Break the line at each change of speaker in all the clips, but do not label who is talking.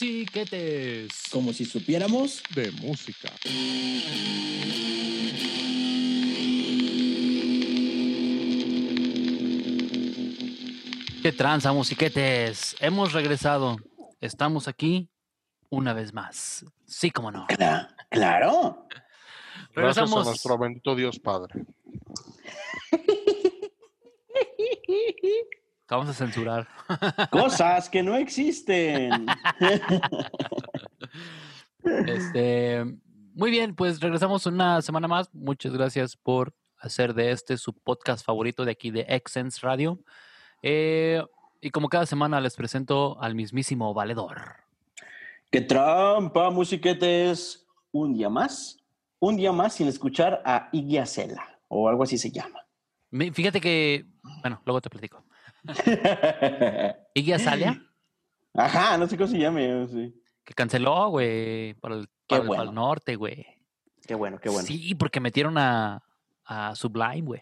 Musiquetes.
Como si supiéramos.
de música.
¿Qué tranza, musiquetes? Hemos regresado. Estamos aquí una vez más. Sí, como no.
Cla- claro.
Gracias a
Regresamos.
nuestro bendito Dios Padre.
Te Vamos a censurar.
Cosas que no existen.
Este, muy bien, pues regresamos una semana más. Muchas gracias por hacer de este su podcast favorito de aquí de Excense Radio. Eh, y como cada semana les presento al mismísimo valedor.
¡Qué trampa, musiquetes! Un día más. Un día más sin escuchar a Iggy Azalea, o algo así se llama.
Mi- Fíjate que, bueno, luego te platico. Iggy Azalea,
Ajá, no sé cómo se llame. sí.
que canceló, güey, para el, para el- para el
bueno.
norte, güey.
Qué bueno, qué bueno.
Sí, porque metieron a, a Sublime, güey.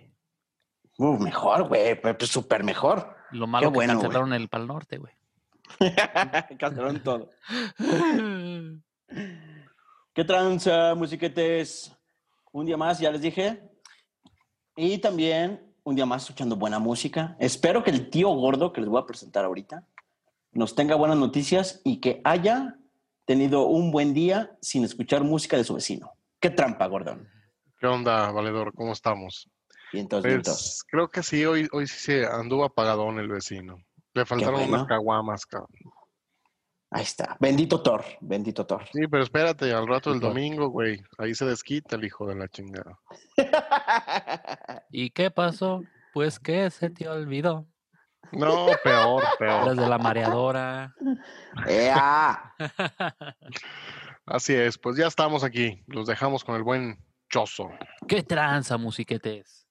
Uf, mejor, güey. pues, pues, Súper mejor.
Lo malo que
bueno, güey.
cancelaron el Pal Norte, güey.
Cancelaron todo. ¿Qué tranza, musiquetes? Un día más, ya les dije. Y también un día más escuchando buena música. Espero que el tío gordo que les voy a presentar ahorita nos tenga buenas noticias y que haya tenido un buen día sin escuchar música de su vecino. Qué trampa, gordón.
¿Qué onda, Valedor? ¿Cómo estamos?
Y entonces,
Pues, creo que sí, hoy, hoy sí se anduvo apagadón el vecino. Le faltaron
bueno.
unas caguamas, cabrón.
ahí está. Bendito Thor, bendito Thor.
Sí, pero espérate, al rato del
Ujú.
domingo, güey. Ahí se desquita el hijo de la chingada.
¿Y qué pasó? Pues que se te olvidó.
No, peor, peor.
Las de la mareadora.
¡Ea!
Así es, pues ya estamos aquí. Los dejamos con el buen Chozo.
¡Qué tranza, musiquetes!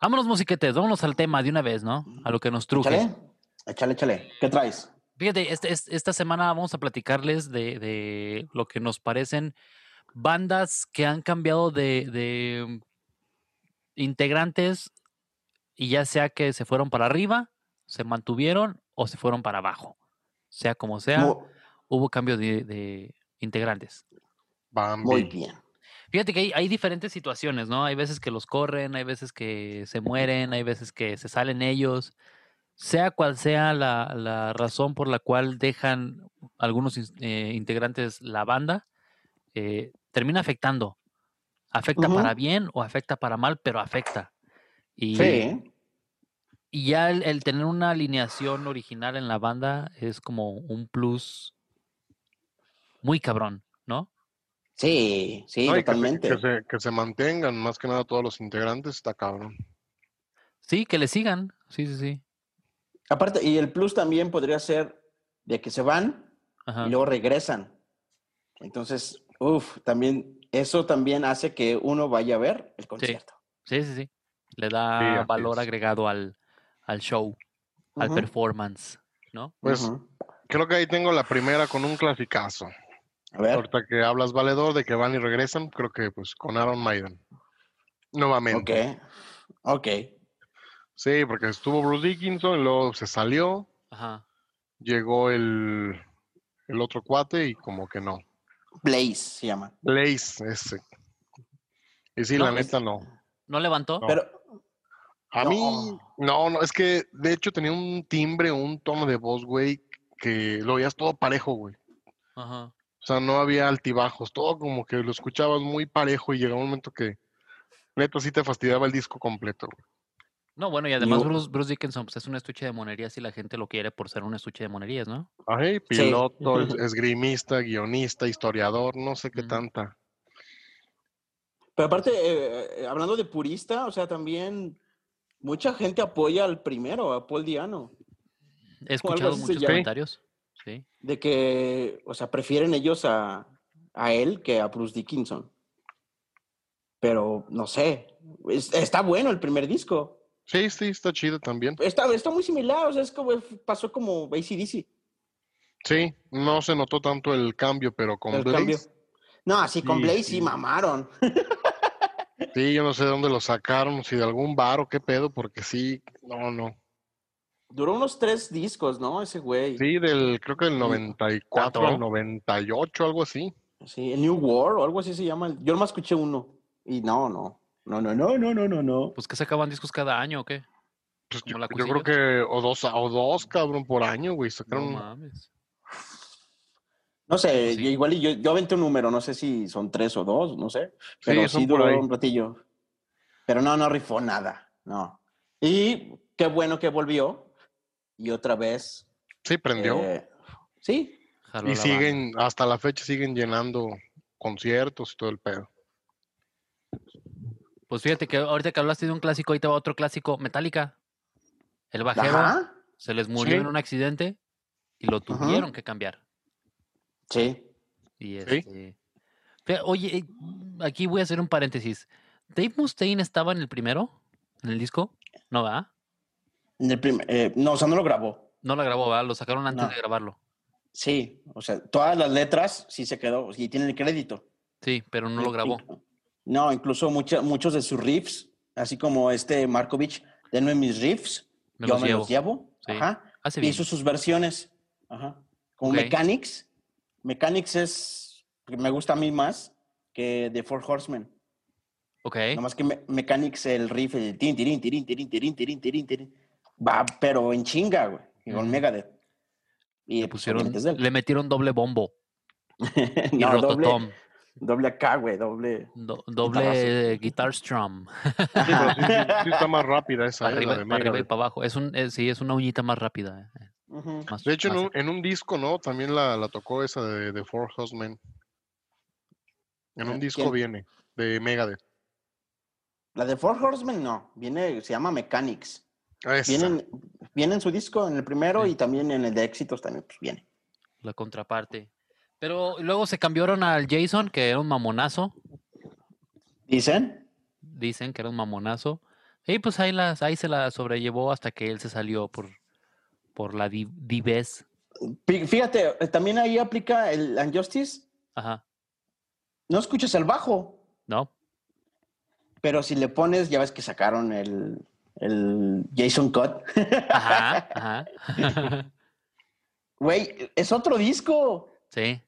Vámonos, musiquetes, vámonos al tema de una vez, ¿no? A lo que nos truje.
Échale, échale, échale. ¿Qué traes?
Fíjate, este- es- esta semana vamos a platicarles de, de lo que nos parecen bandas que han cambiado de, de integrantes y ya sea que se fueron para arriba, se mantuvieron o se fueron para abajo. Sea como sea,
Mu-
hubo cambio de- de integrantes.
Bambi.
muy bien.
Fíjate que hay, hay diferentes situaciones, ¿no? Hay veces que los corren, hay veces que se mueren, hay veces que se salen ellos. Sea cual sea la, la razón por la cual dejan algunos ins- eh, integrantes la banda, eh, termina afectando. Afecta para
Ujú.
bien o afecta para mal, pero afecta. Y,
Sí.
y ya el, el tener una alineación original en la banda es como un plus muy cabrón, ¿no?
Sí, sí,
No, y que se-
totalmente.
Que se, que se mantengan, más que nada todos los integrantes, está cabrón.
Sí, que le sigan. Sí, sí, sí.
Aparte, y el plus también podría ser de que se van
Ajá.
y luego regresan. Entonces, uff, también, eso también hace que uno vaya a ver el concierto.
Sí, sí, sí. Le da
así
valor
es.
agregado al, al show, al
Ujú,
performance, ¿no?
Pues
ujú.
creo que ahí tengo la primera con un clasicazo.
A ver,
Ahorita que hablas valedor de que van y regresan, creo que pues con Aaron Maiden.
ok,
Nuevamente.
ok.
Sí, porque estuvo Bruce Dickinson, y luego se salió,
Ajá.
llegó el, el otro cuate y como que no.
Blaze se llama.
Blaze, ese. Y sí,
No,
la
es-
neta no.
¿No levantó?
No.
Pero,
A
No.
mí, no, no, es que de hecho tenía un timbre, un tono de voz, güey, que lo oías todo parejo, güey.
Ajá.
O sea, no había altibajos, todo como que lo escuchabas muy parejo y llegaba un momento que neta sí te fastidiaba el disco completo. güey.
No, bueno, y además
No.
Bruce, Bruce Dickinson pues, es un estuche de monerías y la gente lo quiere por ser un estuche de monerías, ¿no?
Ay, piloto, es- esgrimista, guionista, historiador, no sé qué
Ujú.
tanta.
pero aparte, eh, eh, hablando de purista, o sea, también mucha gente apoya al primero, a Paul Diano.
He
O algo
escuchado
así se
muchos
llama.
comentarios. Sí.
De que, o sea, prefieren ellos a, a él que a Bruce Dickinson. Pero no sé, es- está bueno el primer disco.
Sí, sí, está chido también.
Está, está muy similar, o sea, es como pasó como ACDC,
Sí, no se notó tanto el cambio, pero con
el
Blaze,
cambio. No, así con
Sí,
Blaze sí
sí.
mamaron.
sí, yo no sé de dónde lo sacaron, si de algún bar o qué pedo, porque sí, no, no.
Duró unos tres discos, ¿no? Ese güey.
Sí, del, creo que del 94
¿Tanto?
al 98, algo así.
Sí, el New War o algo así se llama. Yo nomás escuché uno. Y no, no. No, no, no, no, no, no, no.
Pues que sacaban discos cada año o qué.
Pues
Como
yo,
la
yo creo
cuchilla.
que o dos, o dos, cabrón, por año, güey. Sacaron.
No mames.
No sé,
Sí.
yo igual y yo, yo aventé un número, no sé si son tres o dos, no sé.
Sí,
Pero sí,
son por
duró
ahí.
un ratillo. Pero no, no rifó nada. No. Y qué bueno que volvió. Y otra vez.
Sí, prendió.
eh, sí,
Jaló
y
la banda.
siguen, hasta la fecha, siguen llenando conciertos y todo el pedo.
Pues fíjate que ahorita que hablaste de un clásico, ahí te va otro clásico, Metallica. El bajero
Ajá.
se les murió
Sí.
en un accidente y lo tuvieron que cambiar.
Sí.
Y
Sí.
este, fe- Oye, eh, aquí voy a hacer un paréntesis. ¿Dave Mustaine estaba en el primero? ¿En el disco? No, ¿verdad?
En el prim- eh, no, o sea, no lo grabó.
No la grabó, ¿verdad? Lo sacaron antes
No.
de grabarlo.
Sí, o sea, todas las letras sí se quedó y tienen el crédito.
Sí, pero no lo
Inc-
grabó.
No, incluso mucha- muchos de sus riffs, así como este Markovich, denme mis riffs,
Me
yo
los
me
llevo. Ah,
los llevo.
Sí.
Ajá.
Hace
Y
bien.
hizo sus versiones. Ajá. Como
Ok.
Mechanics. Mechanics es, que me gusta a mí más que The Four Horsemen.
Ok.
Nomás que Me- Mechanics, el riff, el tin, tirin, tirin, tirin, tirin, tirin, tirin, tirin, va, pero en chinga, güey. Y con
Ujú.
Megadeth. Y
le,
pues,
pusieron,
obviamente es de él.
le metieron doble bombo y
No, doble,
rototom.
doble acá, güey, doble.
do- doble
guitarrazo.
eh, guitar strum.
Sí, pero sí, sí- sí está más rápida esa, eh,
Para
la
arriba,
de
para arriba y
Megadeth.
para abajo. Es un, eh, sí, es una uñita más rápida. eh,
Ujú.
más-
De hecho, en
más-
un, en un disco, ¿no? También la, la tocó esa de, de Four Horsemen. En un
Ah,
¿Quién?
disco viene, de Megadeth.
La de Four Horsemen no, viene, se llama Mechanics.
Esa.
Viene, en- viene en su disco, en el primero
Sí.
y también en el de éxitos también, pues viene.
la contraparte. Pero luego se cambiaron al Jason, que era un mamonazo.
¿Dicen?
Dicen que era un mamonazo. Y pues ahí, las, ahí se la sobrellevó hasta que él se salió por, por la di- divez.
Fí- Fíjate, eh, también ahí aplica el Unjustice.
Ajá,
No escuchas el bajo,
¿no?
pero si le pones, ya ves que sacaron el, el Jason Cut.
Ajá, ajá.
Güey, es otro disco,
Sí,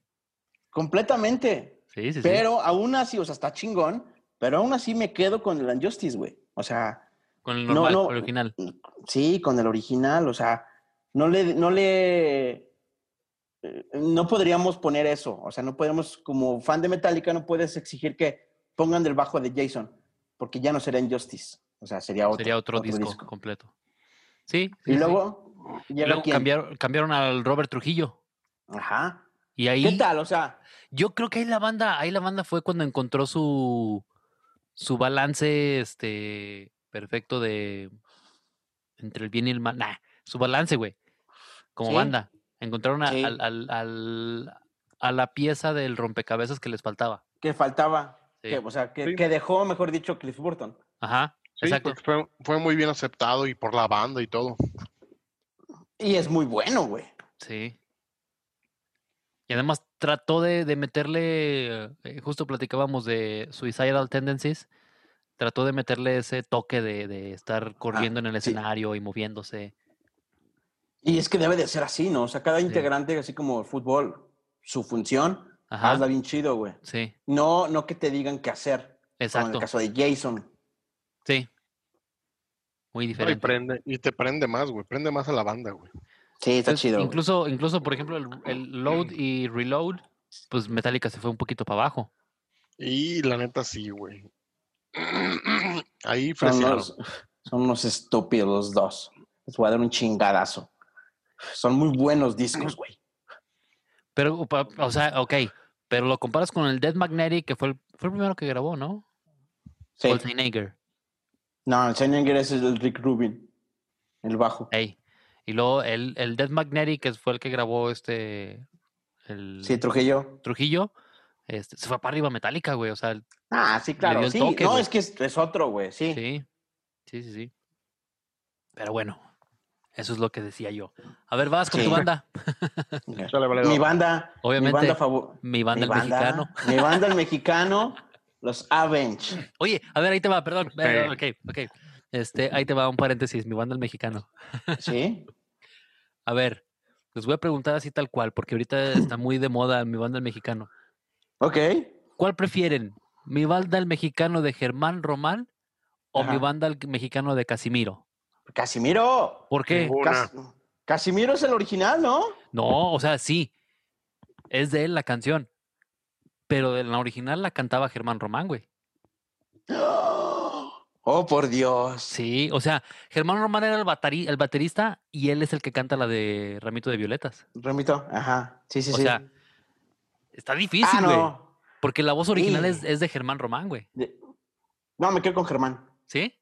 completamente.
sí, sí. sí.
Pero aún así, o sea, está chingón, pero aún así me quedo con el Unjustice, güey. O sea,
Con el
no,
normal,
no.
con el original.
Sí, con el original, o sea, no le, no le, eh, no podríamos poner eso, o sea, no podemos, como fan de Metallica, no puedes exigir que pongan del bajo de Jason, porque ya no sería Injustice, o sea, sería otro,
Sería otro, disco, completo. Sí. sí,
Y
sí.
luego,
Y
llega
luego
quién?
cambiaron, cambiaron al Robert Trujillo.
Ajá.
Y ahí.
¿Qué tal? O sea,
Yo creo que ahí la banda, ahí la banda fue cuando encontró su su balance este perfecto de entre el bien y el mal. Nah, su balance, güey. Como
Sí.
banda. Encontraron a,
Sí.
al- al- al- a la pieza del rompecabezas que les faltaba.
que faltaba,
Sí.
que, o sea, que,
Sí.
que dejó, mejor dicho, Cliff Burton.
Ajá.
Sí,
exacto.
porque fue, fue muy bien aceptado y por la banda y todo.
Y es muy bueno, güey.
Sí. Y además trató de, de meterle, eh, justo platicábamos de Suicidal Tendencies, trató de meterle ese toque de, de estar corriendo en el
Ah, sí.
escenario y moviéndose.
Y es que debe de ser así, ¿no? O sea, cada
Sí.
integrante, así como el fútbol, su función,
Ajá.
hazla bien chido, güey.
Sí,
No, no que te digan qué hacer. Como en
exacto.
el caso de Jason.
Sí. Muy
No, Y,
diferente.
prende, y te prende más, güey. Prende más a la banda, güey.
Sí, está
Entonces,
chido. güey.
Incluso, incluso, por ejemplo, el, el load y reload, pues Metallica se fue un poquito para abajo.
Y la neta sí, güey. Ahí
son,
fresearon.
unos, son unos estúpidos los dos. Les voy a dar un chingadazo. Son muy buenos discos, güey.
Pero, o pa- o sea, ok. Pero lo comparas con el Dead Magnetic, que fue el, fue el primero que grabó, ¿no?
Sí.
O el Schwarzenegger.
No, el Schwarzenegger ese es el Rick Rubin. El bajo.
Ey, Y luego el, el Death Magnetic, que fue el que grabó este. El
Sí, Trujillo.
Trujillo. Este, se fue para arriba Metallica, güey. O sea, el-
Ah, sí,
dio
claro.
el
Sí.
toque,
no,
güey.
es que es, es otro, güey. Sí.
sí. Sí, sí, sí. Pero bueno, eso es lo que decía yo. A ver, vas con tu
Sí.
banda.
Sale, valedor.
Mi banda.
Obviamente,
Mi banda favorita.
Mi banda, el mexicano.
Mi banda, el mexicano. Los Avenge.
Oye, a ver, ahí te va, perdón. eh,
Ok.
Ok, ok. Este, ahí te va un paréntesis, mi banda el mexicano.
Sí.
a ver, les voy a preguntar así tal cual, porque ahorita está muy de moda mi banda el mexicano.
Ok.
¿Cuál prefieren? ¿Mi banda el mexicano de Germán Román o mi
Ajá.
banda el mexicano de Casimiro?
Casimiro.
¿Por qué?
Ninguna.
Cas- Casimiro es el original, ¿no?
No, o sea, sí. Es de él la canción. Pero de la original la cantaba Germán Román, güey.
Oh, por Dios.
Sí, o sea, Germán Román era el, batari- el baterista y él es el que canta la de Ramito de Violetas.
Remito. Ajá. Sí, sí,
O
sí.
sea, Está difícil,
ah,
güey.
no.
Porque la voz original es,
Sí.
es de Germán Román, güey.
De- No, me quedo con Germán.
¿Sí?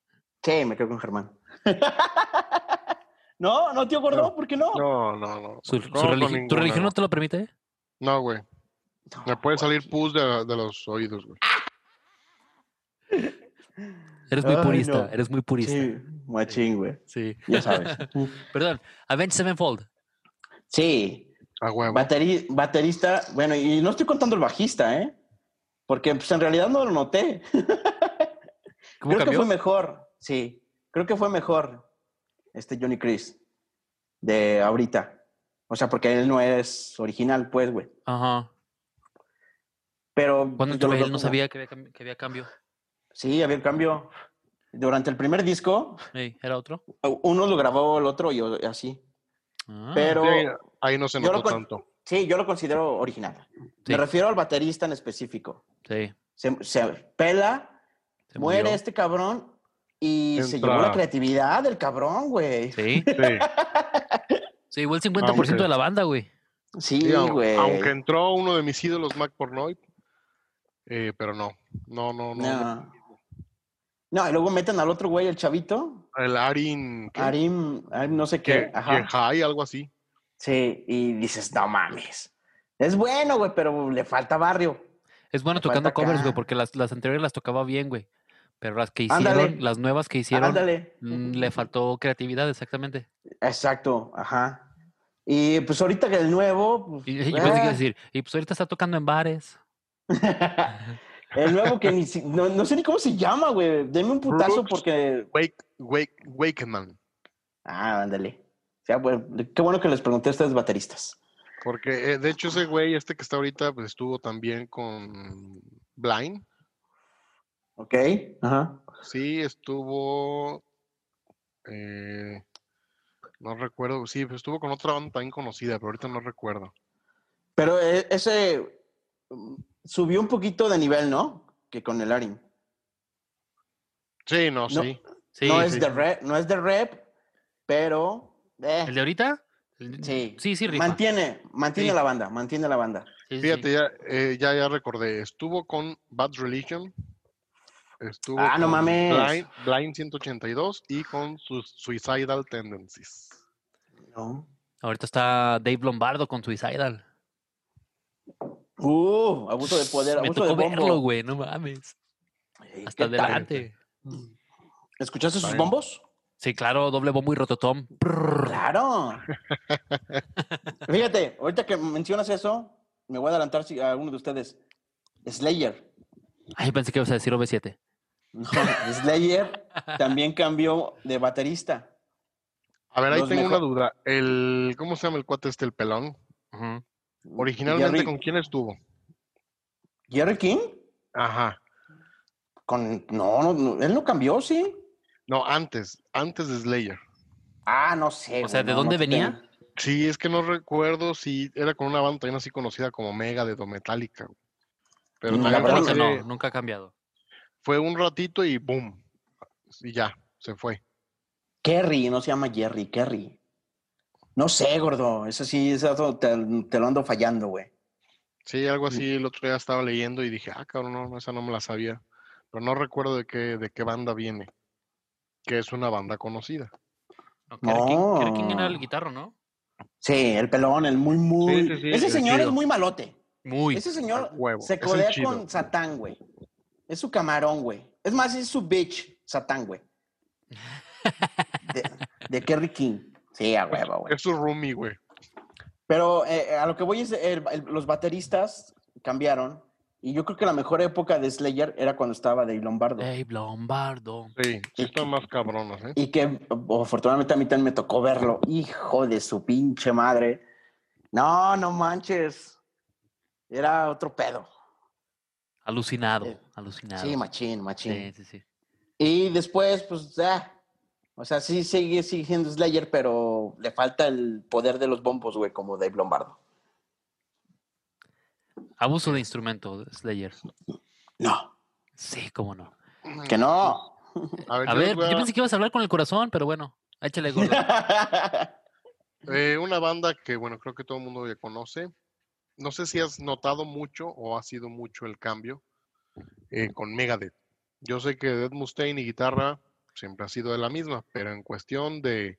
Sí, me quedo con Germán. no, no, tío gordo,
No.
¿por qué no?
No, no, no.
Su-
No,
su
con
religi- ¿Tu
ninguna,
religión
no.
no te lo permite?
No, güey. Me puede salir
puto.
pus de, de los oídos, güey.
Eres muy
Ay,
purista,
no.
eres muy purista.
Sí, machín, güey.
Sí.
Ya sabes.
Perdón, Avenged Sevenfold.
sí.
A huevo.
Bateri- baterista, bueno, y no estoy contando el bajista, ¿eh? Porque pues, en realidad no lo noté.
¿Cómo
Creo que fue
cambió?
mejor, sí. Creo que fue mejor este Johnny Chris de ahorita. O sea, porque él no es original, pues, güey.
Ajá.
Pero.
Cuando
yo
entró
lo
él
veo
no
como-
sabía que había, cam- que había cambio.
Sí, había un cambio. Durante el primer disco,
Ey, ¿Era otro?
uno lo grabó el otro y o- y así.
Ah,
Pero-
Sí, ahí no se
Yo lo
notó
con-
tanto.
Sí, yo lo considero original.
Sí.
Me refiero al baterista en específico.
Sí.
Se, se pela,
se
muere
murió.
este cabrón y se
Entra-
llevó la creatividad del cabrón, güey. Sí,
Sí.
Sí.
Sí, igual 50% de la banda, güey.
Sí, au-
güey.
Aunque entró uno de mis ídolos, Mac Pornoy, eh, pero no, no, no, no.
No. No, y luego meten al otro güey, el chavito.
El Arin, ¿qué?
Arim, Arim no sé qué.
Que-
Ajá.
Yehai, algo así.
Sí, y dices, no mames. Es bueno, güey, pero le falta barrio.
Es bueno
Le falta
tocando covers, güey,
acá.
porque las, las anteriores las tocaba bien, güey. Pero las que hicieron,
Ándale.
las nuevas que hicieron,
Ándale.
mm, le faltó creatividad, exactamente.
Exacto, ajá. Y pues ahorita que el nuevo. pues,
Y, y pensé que iba a
eh,
decir, y pues ahorita está tocando en bares.
el nuevo que ni si- no, no sé ni cómo se llama, güey. Denme un putazo
Brooks.
porque.
Wake, Wake, Wakeman.
Ah, ándale. O sea, güey, qué bueno que les pregunté a ustedes bateristas.
Porque eh, de hecho ese güey, este que está ahorita, pues estuvo también con Blind.
¿Ok? Ajá.
Sí, estuvo. eh, no recuerdo. Sí, pues, estuvo con otra banda también conocida, pero ahorita no recuerdo.
Pero eh, ese mm, subió un poquito de nivel, ¿no? Que con el Arim.
Sí, no,
No.
sí.
Sí,
no, es
sí.
de rep, no es de rep, pero eh,
¿El de ahorita? El-
Sí.
Sí, sí, rifa.
mantiene, mantiene
Sí.
la banda, mantiene la banda.
Sí, sí, sí.
Fíjate, ya, eh, ya, ya recordé. Estuvo con Bad Religion. Estuvo
Ah, no
con
mames.
Blind, Blind 182 y con sus Suicidal Tendencies.
No.
Ahorita está Dave Lombardo con Suicidal.
Uh, abuso de poder,
Me
abuso de
tocó
bombo.
verlo, güey, no mames.
Ey,
Hasta
¿qué tal?
adelante.
¿Escuchaste sus
Está bien.
bombos?
Sí, claro, doble bombo y rototom. Prrr.
Claro. Fíjate, ahorita que mencionas eso, me voy a adelantar si- a alguno de ustedes. Slayer.
Ay, pensé que ibas a decir OV7.
No, Slayer también cambió de baterista.
A ver, ahí
Los
tengo una
mejo-
duda. El, ¿Cómo se llama el cuate este, el pelón?
Ujú.
Originalmente,
Jerry-
¿con quién estuvo?
Jerry King.
Ajá.
Con, no, no, no, él no cambió, sí.
No, antes, antes de Slayer.
Ah, no sé.
O sea,
güey,
¿de
no, no
dónde
te
venía?
tengo.
Sí, es que no recuerdo si era con una banda también así conocida como Mega de Dometallica. güey. Pero
Mm, la
también
verdad
Claro
como
que
Bueno,
no,
que
nunca ha cambiado.
fue un ratito y boom. Y ya, se fue.
Kerry, no se llama Jerry, Kerry. No sé, gordo. Eso sí, eso te, te lo ando fallando, güey.
Sí, algo así el otro día estaba leyendo y dije, ah, cabrón, no, no, esa no me la sabía. Pero no recuerdo de qué, de qué banda viene. Que es una banda conocida.
No, Kerry King- Kerry King era
No.
el guitarro, ¿no?
Sí, el pelón, el muy, muy.
sí, sí,
Ese
el
señor
chido.
es muy malote.
Muy.
Ese señor
a huevo,
se
es el
codea
chido.
con Satán, güey. Es su camarón, güey. Es más, es su bitch, Satán, güey. De, de Kerry King. Sí, a huevo, güey.
Es su roomie, güey.
eh, Pero eh, a lo que voy es, el- el- los bateristas cambiaron Y yo creo que la mejor época de Slayer era cuando estaba Dave Lombardo.
Dave Lombardo.
Sí, sí están más cabronas, ¿eh?
Y que oh, afortunadamente a mí también me tocó verlo. Hijo de su pinche madre. No, no manches. Era otro pedo.
Alucinado,
Eh,
alucinado.
Sí, machín, machín.
Sí, sí, sí.
Y después, pues, ah, o sea, sí sigue sigue siendo Slayer, pero le falta el poder de los bombos, güey, como Dave Lombardo.
Abuso de instrumento, Slayer.
No,
Sí, cómo no.
que no.
A
yo les
ver,
voy
Pues yo
a-
pensé que ibas a hablar con el corazón, pero bueno, échale gordo.
Eh, una banda que, bueno, creo que todo el mundo ya conoce. No sé si has notado mucho o ha sido mucho el cambio eh, con Megadeth. Yo sé que Dead Mustaine y guitarra siempre ha sido de la misma, pero en cuestión de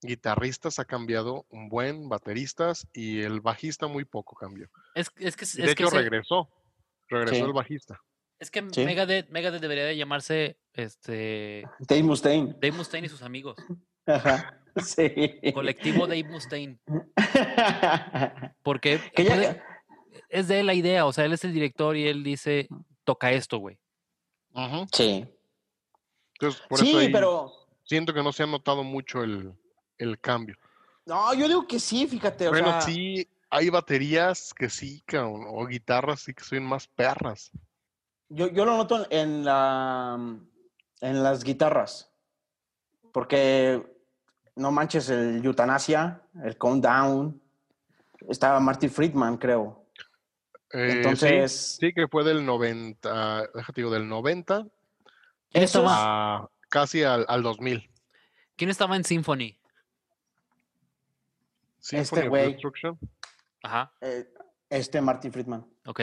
guitarristas ha cambiado un buen, bateristas y el bajista muy poco cambió.
Es, es que, es
Y de
que
hecho,
se-
regresó. Regresó
Sí.
el bajista.
es que
Sí.
Megadeth, Megadeth debería de llamarse este,
Dave Mustaine.
Dave Mustaine y sus amigos.
Ajá. Sí.
Colectivo Dave Mustaine. Porque
que ya-
puede- es de él la idea, o sea, él es el director y él dice, toca esto, güey.
Ujú.
Sí.
Entonces, por
sí,
eso ahí
pero.
siento que no se ha notado mucho el, el cambio.
No, yo digo que sí, fíjate.
Bueno,
o sea,
sí, hay baterías que sí, cabrón, o guitarras sí que son más perras.
Yo, yo lo noto en, la, en las guitarras. Porque no manches el Eutanasia, el Countdown. Estaba Marty Friedman, creo.
Eh, sí,
Entonces,
sí, que fue del 90, déjate digo, del 90
¿Quién
Eso es-
estaba,
a casi al, al 2000.
¿Quién estaba en Symphony?
Symphony of
Este güey.
Destruction.
Ajá,
eh, este Marty Friedman.
ok.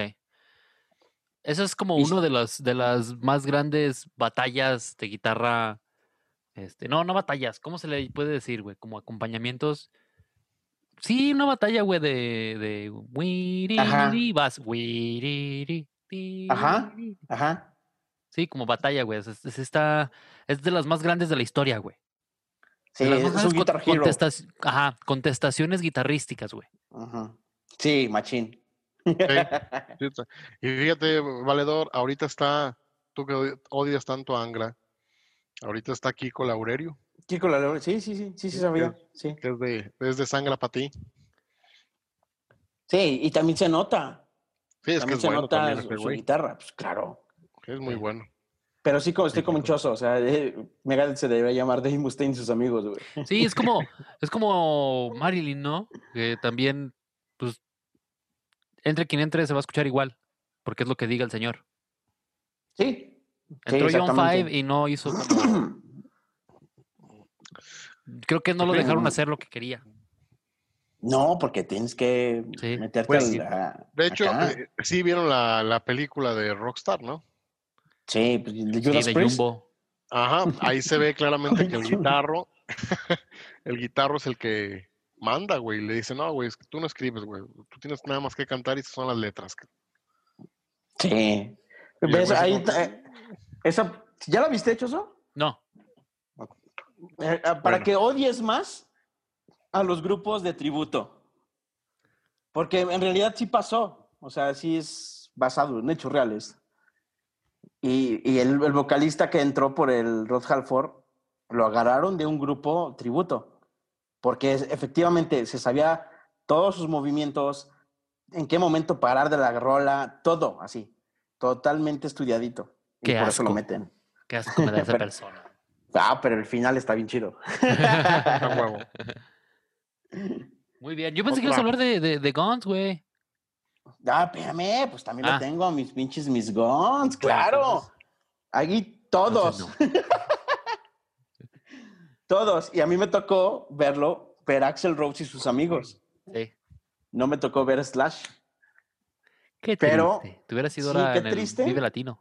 Eso es como
Y-
uno de las, de las más grandes batallas de guitarra. Este, no, no batallas, ¿cómo se le puede decir, güey? Como acompañamientos. Sí, una batalla, güey, de. de. uiriri,
Ajá.
vas, uiriri,
Ajá.
tiriri.
Ajá.
Sí, como batalla, güey. Es, es- es esta- es de las más grandes de la historia, güey.
Sí,
de las más
es un
grandes con-
Guitar Hero.
contestas- ajá, contestaciones guitarrísticas, güey.
Ajá. Sí, machín.
Sí, está. Y fíjate, Valedor, ahorita está, tú que odi- odias tanto a Angra, ahorita está Kiko Laurerio,
Chico la Lore- Sí, sí, sí, sí, sí,
Sí,
sabía. Sí.
que es de, es de Sangra para ti.
sí, y también se nota.
Sí, es que
también
es
se
bueno
nota
también
su-
ese
su
güey,
guitarra, pues claro.
es muy
Sí.
bueno.
Pero sí, como estoy
Sí,
como un
claro.
chozo, o sea, eh, Megadeth se debería llamar Dave Mustaine y sus amigos, güey.
Sí, es como, es como Marilyn, ¿no? Que también, pues, entre quien entre se va a escuchar igual, porque es lo que diga el señor.
Sí.
Entró John
exactamente.
Five y no hizo como- Creo que no lo dejaron
Sí.
hacer lo que quería.
No, porque tienes que
Sí.
meterte
Pues,
al-
sí.
a-
De hecho,
acá.
eh, sí vieron la, la película de Rockstar, ¿no?
sí, pues, de
Sí,
Judas
de
Priest.
Jumbo.
Ajá, ahí se ve claramente que el
Oye.
guitarro, el guitarro es el que manda, güey. Le dice, no, güey, es que tú no escribes, güey. Tú tienes nada más que cantar y esas son las letras. ca-".
Sí.
Y el
¿Ves?
güey se
Ahí,
compra-
eh, esa, ¿Ya la viste, Choso?
No,
Eh, ah, para
Bueno.
que odies más a los grupos de tributo. Porque en realidad sí pasó. O sea, sí es basado en hechos reales. Y, y el, el vocalista que entró por el Rod Halford lo agarraron de un grupo tributo. Porque es- efectivamente se sabía todos sus movimientos, en qué momento parar de la rola, todo así. Totalmente estudiadito. Y
Qué
por eso lo
asco.
meten.
qué asco me da esa
Pero-
persona.
Ah, pero el final está bien chido.
A huevo.
Muy bien. Yo pensé que ibas a
Otra.
hablar de, de, de Guns, güey.
Ah, espérame, pues también
Ah.
lo tengo, mis pinches, mis guns,
Bueno,
claro.
entonces-
Aquí
Entonces,
todos,
no.
todos. Y a mí me tocó verlo, ver Axel Rose y sus amigos.
Sí.
No me tocó ver Slash.
Qué
Pero-
triste. Te hubiera sido
sí,
ahora
qué
en el
triste.
Vive Latino.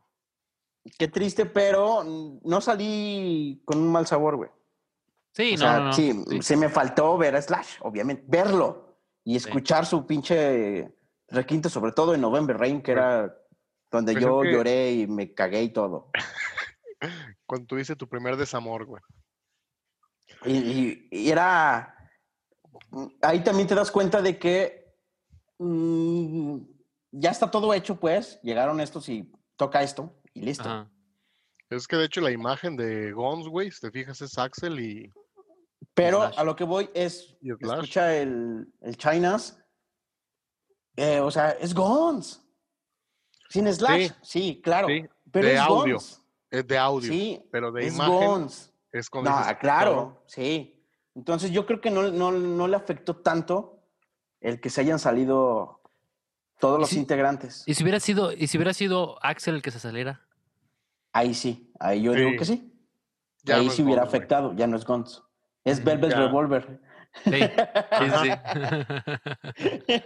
Qué triste, pero mm, no salí con un mal sabor, güey.
Sí, no,
O sea,
no, no,
sí, se me faltó ver a Slash, obviamente, verlo y escuchar su pinche requinto, sobre todo en November Rain, que
Pues
era donde
Pues es
yo
que-
lloré y me cagué y todo.
Cuando tuviste tu primer desamor, güey.
Y, y- y era. Ahí también te das cuenta de que mm, ya está todo hecho, pues. Llegaron estos y toca esto y listo.
Ajá.
Es que de hecho la imagen de Guns, güey, si te fijas, es Axel y,
Pero
Slash.
a lo que voy es,
y Slash.
escucha el, el Chinas. eh, o sea, es Guns. Sin Slash, sí, claro.
Sí,
pero
de
es
audio,
Guns.
Es de audio,
Sí,
pero de
es
imagen
Guns.
es cuando
No, ah,
dices,
claro, sí. Entonces yo creo que no, no, no le afectó tanto el que se hayan salido todos
Y
los
sí-
integrantes.
¿Y si hubiera sido, y si hubiera sido Axel el que se saliera?
Ahí sí, ahí yo digo
Sí.
que sí.
ya
ahí
no es
sí hubiera
Guns, güey.
afectado, ya no es Guns. Es Velvet
Ya.
Revolver.
Sí, sí, sí, sí.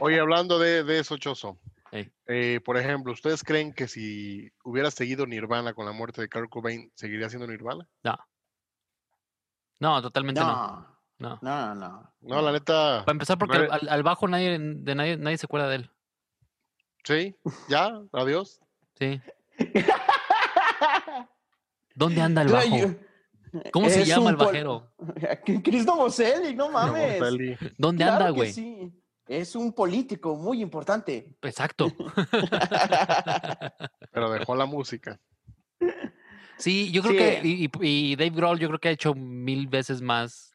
Oye, hablando de, de eso, Choso.
Ey.
eh, por ejemplo, ¿ustedes creen que si hubiera seguido Nirvana con la muerte de Kurt Cobain, seguiría siendo Nirvana?
No. No, totalmente no.
No,
no.
no, no.
No, la neta,
Para empezar, porque
No
al, al- al bajo nadie, de nadie, nadie se acuerda de él.
sí, ya, adiós.
Sí. ¿Dónde anda el
Claro,
bajo?
yo-
¿Cómo se
es
llama
un
el
pol-
bajero?
Cristo Boselli, no mames.
Mortali.
¿Dónde
Claro
anda,
que
güey?
sí. Es un político muy importante.
Exacto.
Pero dejó la música.
Sí, yo creo
Sí.
que. Y, y- y Dave Grohl, yo creo que ha hecho mil veces más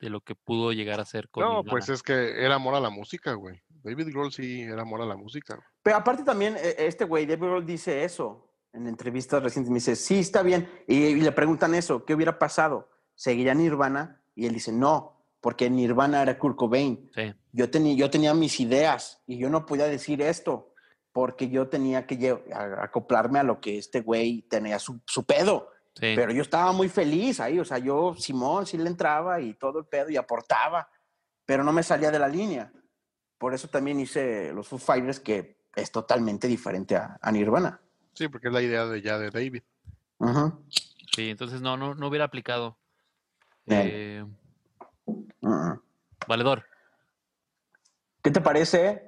de lo que pudo llegar a hacer con.
No,
Nirvana.
pues es que era amor a la música, güey. David Grohl sí era amor a la música. güey.
Pero aparte también, e- este güey, David Grohl dice eso en entrevistas recientes. Me dice, sí, está bien. Y, y le preguntan eso, ¿qué hubiera pasado? ¿Seguiría Nirvana? Y él dice, no, porque Nirvana era Kurt Cobain.
Sí.
Yo, tenía yo tenía mis ideas y yo no podía decir esto porque yo tenía que lle- a- acoplarme a lo que este güey tenía su, su pedo.
Sí.
Pero yo estaba muy feliz ahí. O sea, yo, Simón, sí le entraba y todo el pedo y aportaba, pero no me salía de la línea. Por eso también hice los Foo Fighters, que es totalmente diferente a, a Nirvana.
Sí, porque es la idea de ya de David.
Ujú,
Sí, entonces no, no, no hubiera aplicado.
Bien.
Eh,
ujú.
valedor.
¿Qué te parece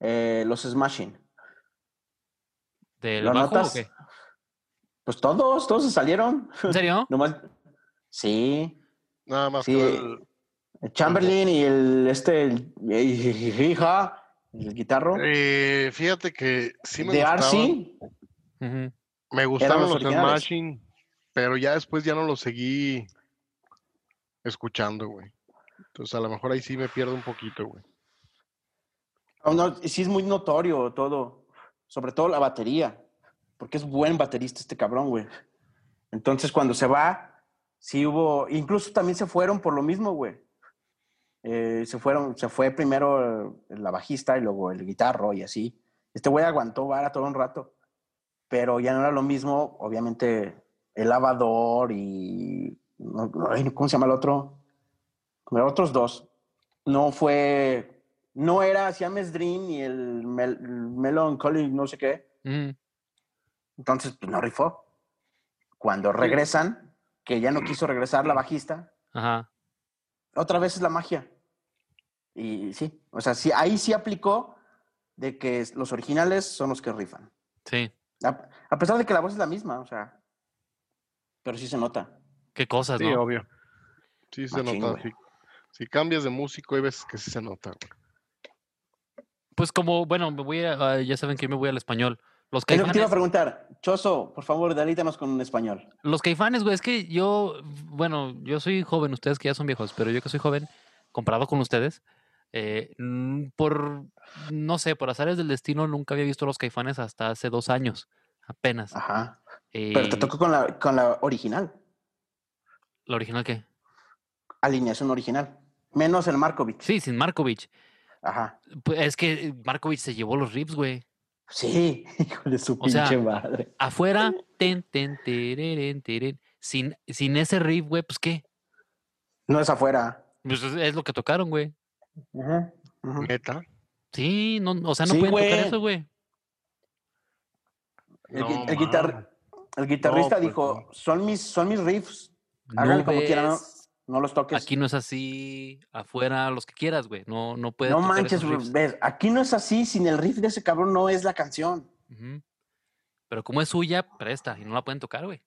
eh, los Smashing?
¿Del
¿Lo
bajo
notas?
o qué?
Pues todos, todos se salieron.
¿En serio?
Nomás. Sí.
Nada más
Sí.
que el,
el Chamberlain y el este, el, hija, el guitarro.
eh, fíjate que sí me
de
gustaban,
Arcee.
Ujú.
me gustaron
los
los
originales.
Smashing, pero ya después ya no los seguí escuchando, güey. Entonces a lo mejor ahí sí me pierdo un poquito, güey.
No, Ah, no, sí es muy notorio todo, sobre todo la batería, porque es buen baterista este cabrón, güey. Entonces cuando se va, sí hubo, incluso también se fueron por lo mismo, güey. Eh, se fueron, se fue primero la bajista y luego el guitarro y así. Este güey aguantó vara todo un rato, pero ya no era lo mismo, obviamente, el lavador y, no- no, ay, ¿cómo se llama el otro? Los otros dos. No fue no era Siamese Dream y el Mel Melancholy, no sé qué.
Ujú.
Entonces, pues no rifó. Cuando regresan, que ya no quiso regresar la bajista,
Ajá.
otra vez es la magia. Y sí, o sea, sí, ahí sí aplicó de que es- los originales son los que rifan.
Sí.
A, a pesar de que la voz es la misma, o sea, pero sí se nota.
Qué cosas,
Sí,
Pues, ¿no?
obvio. Sí se
Machín,
nota.
güey.
sí. Si cambias de músico, hay veces que sí se nota, güey.
Pues como, bueno, me voy a, ah, ya saben que yo me voy al español. Los
Es lo que te
caifanes,
iba a preguntar. Choso, por favor, delítanos con un español.
los caifanes, güey, es que yo, bueno, yo soy joven, ustedes que ya son viejos, pero yo que soy joven, comparado con ustedes, eh, mm, por, no sé, por azares del destino, nunca había visto a los caifanes hasta hace dos años, apenas.
Ajá. Ah, Pero te
Eh,
tocó con la, con la original.
¿La original qué?
alineación original, menos el Markovic.
Sí, sin Markovich.
Ajá.
Pues es que Markovich se llevó los riffs, güey.
Sí, hijo de su
O sea,
pinche madre.
Afuera, ten, ten, tereren, teren. Sin, sin ese riff, güey, pues qué.
No es afuera.
Pues es- es lo que tocaron, güey.
Ajá, ajá.
Neta.
Sí, no, o sea, no
Sí,
pueden tocar
güey.
eso, güey.
El,
No
gui- el guitar-
mames.
el guitarrista
No, pues,
dijo,
no.
son mis, son mis riffs,
No
háganle como quieran, no,
ves,
no los toques.
Aquí no es así, afuera, los que quieras, güey. No, no puedes
no
tocar
manches,
esos riffs.
ves, aquí no es así, sin el riff de ese cabrón no es la canción.
Ujú. Pero como es suya, presta y no la pueden tocar, güey.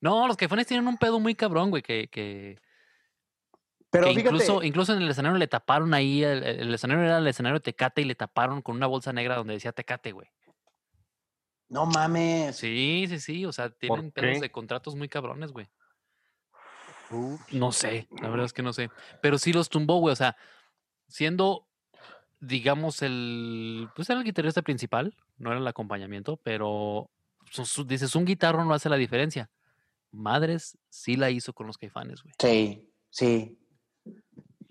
No, los caifanes tienen un pedo muy cabrón, güey, que, que Que
Pero fíjate,
E incluso, incluso en el escenario le taparon ahí, el, el escenario era el escenario Tecate y le taparon con una bolsa negra donde decía Tecate, güey.
No mames.
Sí, sí, sí, o sea, tienen
qué?
pedos de contratos muy cabrones, güey. No sé, la verdad es que no sé. Pero sí los tumbó, güey. O sea, siendo, digamos, el. Pues era el guitarrista principal, no era el acompañamiento, pero su- su- dices, un guitarro no hace la diferencia. Madres sí la hizo con los caifanes, güey.
Sí, sí.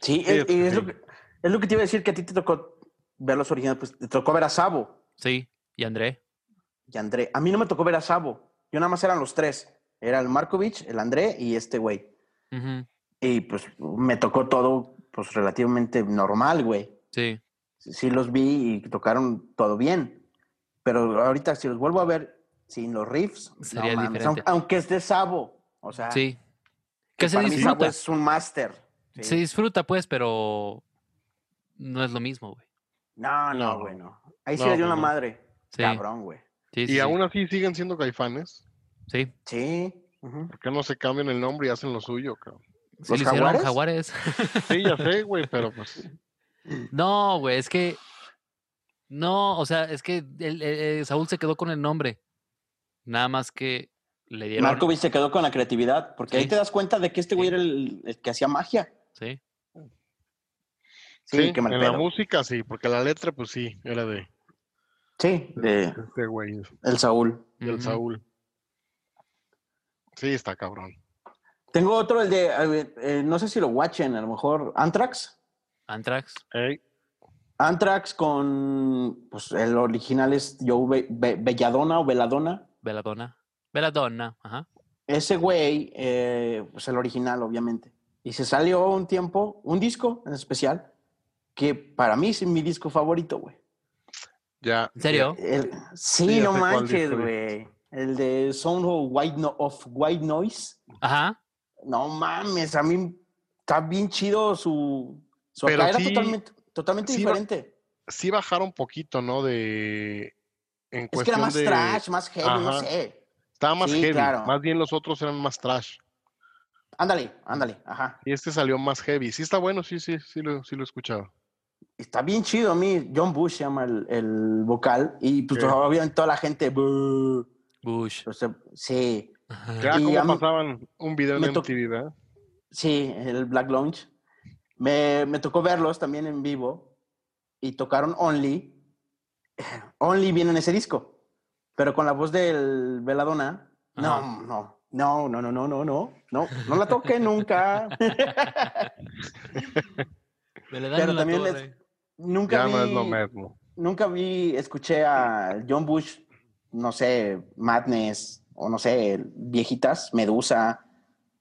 Sí,
Sí,
es, y es
sí.
lo que, es lo que te iba a decir, que a ti te tocó ver los originales, pues te tocó ver a Sabo
Sí, y André.
y André. A mí no me tocó ver a Sabo, yo nada más eran los tres. Era el Markovich, el André y este güey.
Ujú,
Y pues me tocó todo pues relativamente normal, güey.
Sí.
Sí, sí los vi y tocaron todo bien. Pero ahorita si los vuelvo a ver sin los riffs, no
Sería
mames,
diferente.
aun- aunque es de Sabo, o sea,
Sí. Ah. Que se
para mí Sabo
disfruta.
es un máster. Sí.
pues, Se disfruta, pues, pero no es lo mismo, güey.
No,
No.
no, güey, no. Ahí sí
No,
le dio
pues
una
no.
madre.
Sí.
Cabrón, güey.
Sí, sí,
Y
sí,
aún así siguen siendo caifanes.
sí.
Sí. ujú.
¿Por qué no se cambian el nombre y hacen lo suyo, cabrón?
Sí
¿Los
le hicieron
jaguares?
jaguares.
Sí, ya sé, güey, pero pues.
No, güey, es que. No, o sea, es que el- el- el Saúl se quedó con el nombre. Nada más que le dieron.
Markovic se quedó con la creatividad, porque ahí
Sí.
te das cuenta de que este güey era el, el que hacía magia.
Sí,
Sí,
Sí,
qué mal
en la
pedo.
música sí, porque la letra, pues sí, era de
Sí, de
este güey,
el Saúl.
del
ujú.
Saúl. Sí, está cabrón.
Tengo otro, el de, a ver, eh, no sé si lo watchen, a lo mejor Anthrax.
Anthrax.
Ey,
Anthrax con, pues el original es Joe Be- Be- Belladonna o Veladona.
Belladonna. Belladonna, ajá.
Ese güey, eh, pues el original, obviamente. Y se salió un tiempo, un disco en especial, que para mí es mi disco favorito, güey.
ya. eh,
¿En serio?
El- sí,
Sí, ya
no
sé cuál
manches,
disco
güey. El de Sound of White, No- of White Noise.
Ajá.
No mames, a mí está bien chido su... su
Pero
acá era
sí-
totalmente, totalmente
sí va-
diferente.
Sí bajaron poquito, ¿no? De. En
Es que era
cuestión
más
de.
trash, más heavy, no
Ajá.
sé.
Estaba más
Sí,
heavy.
claro.
Más bien los otros eran más trash.
Ándale, ándale, ajá.
Y este salió más heavy. Sí está bueno, sí, sí, sí lo, sí lo he escuchado.
Está bien chido a mí. John Bush se llama el, el vocal. Y pues
Ok.
obviamente toda la gente... "Bú".
Bush.
O sea, sí,
Ajá.
Ya
Y
como
a mí-
pasaban un video en
me toc-
MTV, ¿verdad?
sí, el Black Lounge. Me, me tocó verlos también en vivo y tocaron Only. Only viene en ese disco, pero con la voz del Veladona. No,
Ajá.
no, no, no, no, no, no, no, no, no la toqué nunca.
Me le dan
Pero
en la
también es-
torre.
nunca
Ya no es lo
vi,
mismo.
nunca vi, escuché a John Bush, no sé, Madness o no sé, viejitas, Medusa.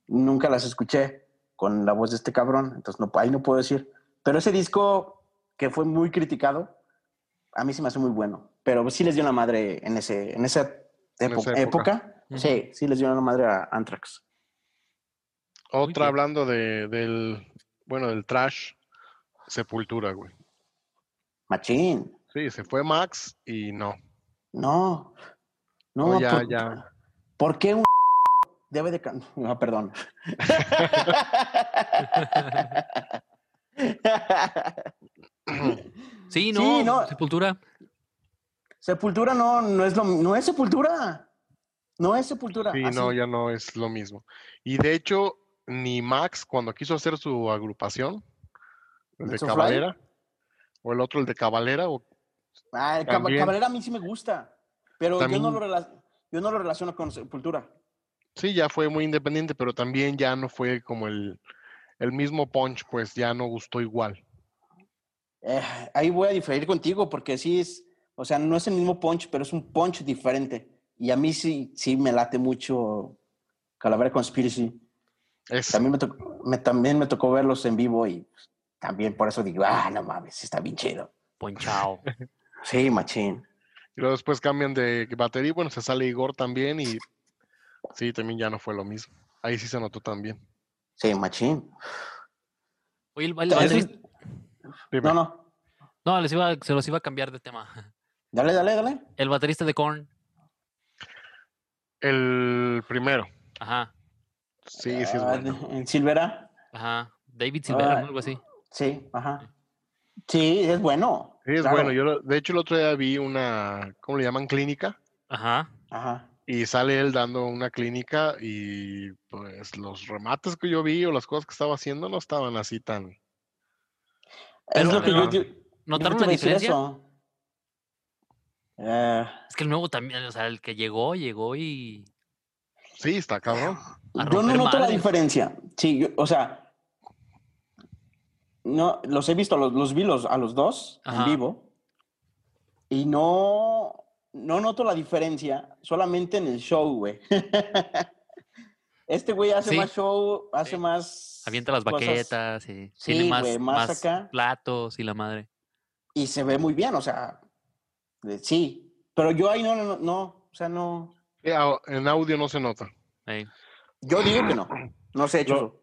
Nunca las escuché con la voz de este cabrón, entonces no, ahí no puedo decir. Pero ese disco que fue muy criticado, a mí se me hace muy bueno. Pero sí les dio la madre en, ese, en esa,
En
epo-
esa época.
época. Sí, sí les dio la madre a Anthrax.
Otra
bien.
hablando de, del, bueno, del trash, Sepultura, güey.
Machín.
Sí, se fue Max y no.
No. No,
No, Oh, ya,
por,
ya.
¿por qué un debe de can- No, perdón.
Sí, no,
Sí, no.
Sepultura.
Sepultura no, no es lo no es sepultura. No es sepultura.
Sí,
así.
no, ya no es lo mismo. Y de hecho, ni Max, cuando quiso hacer su agrupación, el de
¿Nexo Fly?
Cabalera, o el otro, el de Cabalera, o-
Ah, el Cab-
También.
Cabrera a mí sí me gusta, pero yo,
También-
no lo rela- yo no lo relaciono con sepultura.
sí, ya fue muy independiente, pero también ya no fue como el, el mismo punch, pues ya no gustó igual.
Eh, ahí voy a diferir contigo porque sí es, o sea, no es el mismo punch, pero es un punch diferente. Y a mí sí, sí me late mucho Calavera Conspiracy.
Es,
También me, tocó, me- también me tocó verlos en vivo y también por eso digo, ah, no mames, está bien chido.
Ponchao.
Sí, machín.
Y luego después cambian de batería, y bueno, se sale Igor también y sí, también ya no fue lo mismo. Ahí sí se notó también.
Sí, machín.
Oye, el, el
Eso es-
baterista-
Dime.
No, no.
No, les iba, se los iba a cambiar de tema.
Dale, dale, dale.
El baterista de Korn.
El primero.
Ajá.
Sí, sí es
Ah,
bueno.
En Silvera.
Ajá. David Silvera,
Ah.
¿no? algo así.
Sí, ajá. Sí, es bueno.
Sí, es
claro.
bueno. Yo, lo- de hecho, el otro día vi una, ¿cómo le llaman? Clínica.
Ajá.
Ajá.
Y sale él dando una clínica y pues los remates que yo vi o las cosas que estaba haciendo no estaban así tan...
Pero,
es lo que
pero,
yo, te- yo
¿Notaron la
te iba a decir
diferencia?
eso. Eh,
Es que el nuevo también, o sea, el que llegó, llegó y.
Sí, está cabrón.
A
yo no
romper
noto la
madres.
diferencia. Sí, yo- o sea, no, los he visto, los, los vi los- a los dos
Ajá.
en vivo y no, no noto la diferencia solamente en el show, güey. este güey hace
Sí.
más show, hace
Sí.
más...
Avienta las
cosas
baquetas y
Sí,
tiene más,
güey, más
más,
acá.
platos y la madre.
y se ve muy bien, o sea, de- sí. Pero yo ahí no, no, no, no, o sea, no.
Sí, Eh, au- En audio no se nota.
Ey.
Yo digo que no. No sé,
Lo-
Chuzo.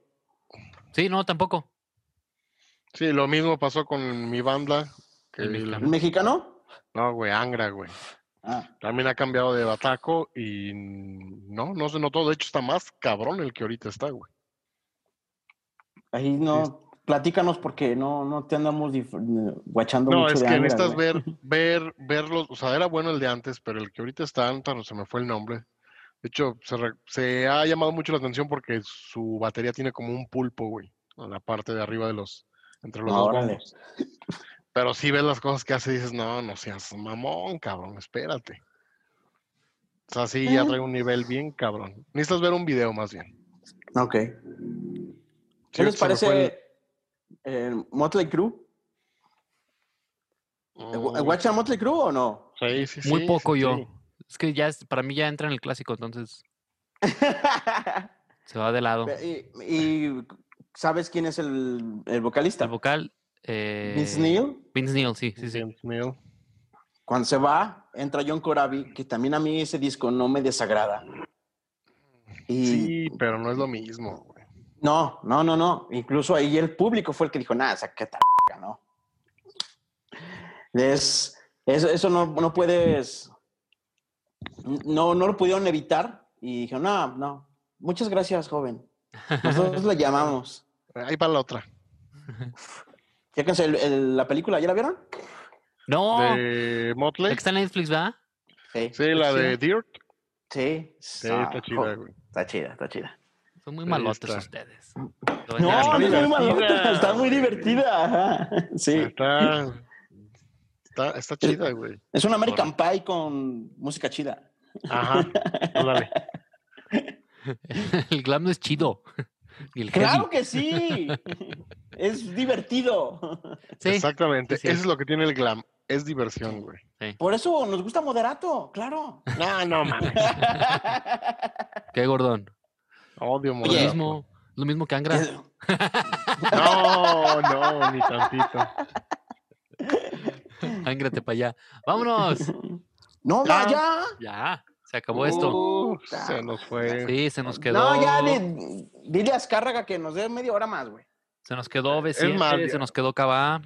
Sí, no, tampoco.
Sí, lo mismo pasó con mi banda. Que
El
el-
mexicano.
¿Un mexicano?
no, güey, Angra, güey.
Ah.
También ha cambiado de bataco y no, no se notó. De hecho, está más cabrón el que ahorita está, güey.
Ahí no, platícanos porque no, no te andamos dif- guachando
No,
mucho
es
de
que
Angra,
necesitas
güey.
ver, ver, verlos. O sea, era bueno el de antes, pero el que ahorita está, ahorita no se me fue el nombre. De hecho, se, re- se ha llamado mucho la atención porque su batería tiene como un pulpo, güey, en la parte de arriba de los, entre los dos
Ah, Órale.
bombos. Pero si ves las cosas que hace y dices, no, no seas mamón, cabrón, espérate. O sea, sí, ya
Eh.
trae un nivel bien cabrón. Necesitas ver un video más bien.
Ok.
Sí,
¿Qué les
ahorita se me fue el-
parece eh, Motley Crue?
Mm,
¿Guachan Motley Crue o no?
sí, sí,
Muy
sí,
poco
sí,
yo.
sí.
Es que ya, es- para mí ya entra en el clásico, entonces se va de lado.
y, y ¿sabes quién es el, el vocalista?
El vocal. Eh,
Vince Neil.
Vince Neil, sí, sí, sí.
Vince Neil.
Cuando se va, entra John Corabi, que también a mí ese disco no me desagrada. Y
Sí, pero no es lo mismo, güey.
no, no, no, no. Incluso ahí el público fue el que dijo, nada, sacata, no. Es, eso, eso no, no puedes. No, no lo pudieron evitar. Y dijeron, no, no. Muchas gracias, joven. Nosotros le llamamos.
Ahí va la otra.
Fíjense, el- el- la película, ¿ya la vieron?
No, la
De
que
Motley.
está en Netflix, ¿verdad?
Sí.
Sí, la de Dirt.
Sí.
Sí,
Ah,
está
jo-
chida, güey.
Está chida, está chida.
Son muy
Ahí
malotes
está.
ustedes.
No, no
está
es muy
divertida, Ah.
malota, está muy
güey.
divertida. ajá, Sí.
Está, está, está chida, güey.
Es un American Pie con música chida.
Ajá. Ándale.
el glam no es chido. Y el
¡Claro
heavy.
que sí! es divertido.
Sí,
Exactamente.
sí, sí.
Eso es lo que tiene el glam. Es diversión, güey.
Por eso nos gusta moderato, claro.
No, no, mames.
qué gordón.
Odio
Lo
Oye.
Moderato.
mismo, lo mismo que Angra.
Eh,
No, no, ni tantito.
Ángrate para allá. ¡Vámonos!
no,
Ya.
va, ya.
Ya, se acabó esto.
Uh, se nos fue.
Sí, se nos quedó.
No, ya di- dile a Azcárraga que nos dé media hora más, güey.
Se nos quedó B7,
Eh, más,
se
ya.
nos quedó Cabá,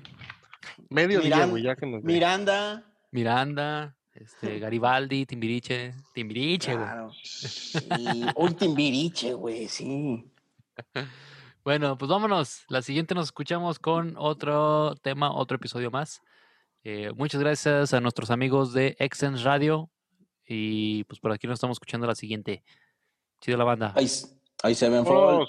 Medio día,
Miran-
güey, ya que nos dio.
Miranda.
Miranda, este, Garibaldi, Timbiriche. Timbiriche, güey.
Claro. Sí. Uy, Timbiriche, güey, sí.
Bueno, pues vámonos. La siguiente nos escuchamos con otro tema, otro episodio más. Eh, muchas gracias a nuestros amigos de Exens Radio. Y pues por aquí nos estamos escuchando la siguiente. Chido la banda.
Ahí, ahí se ven
Vámonos.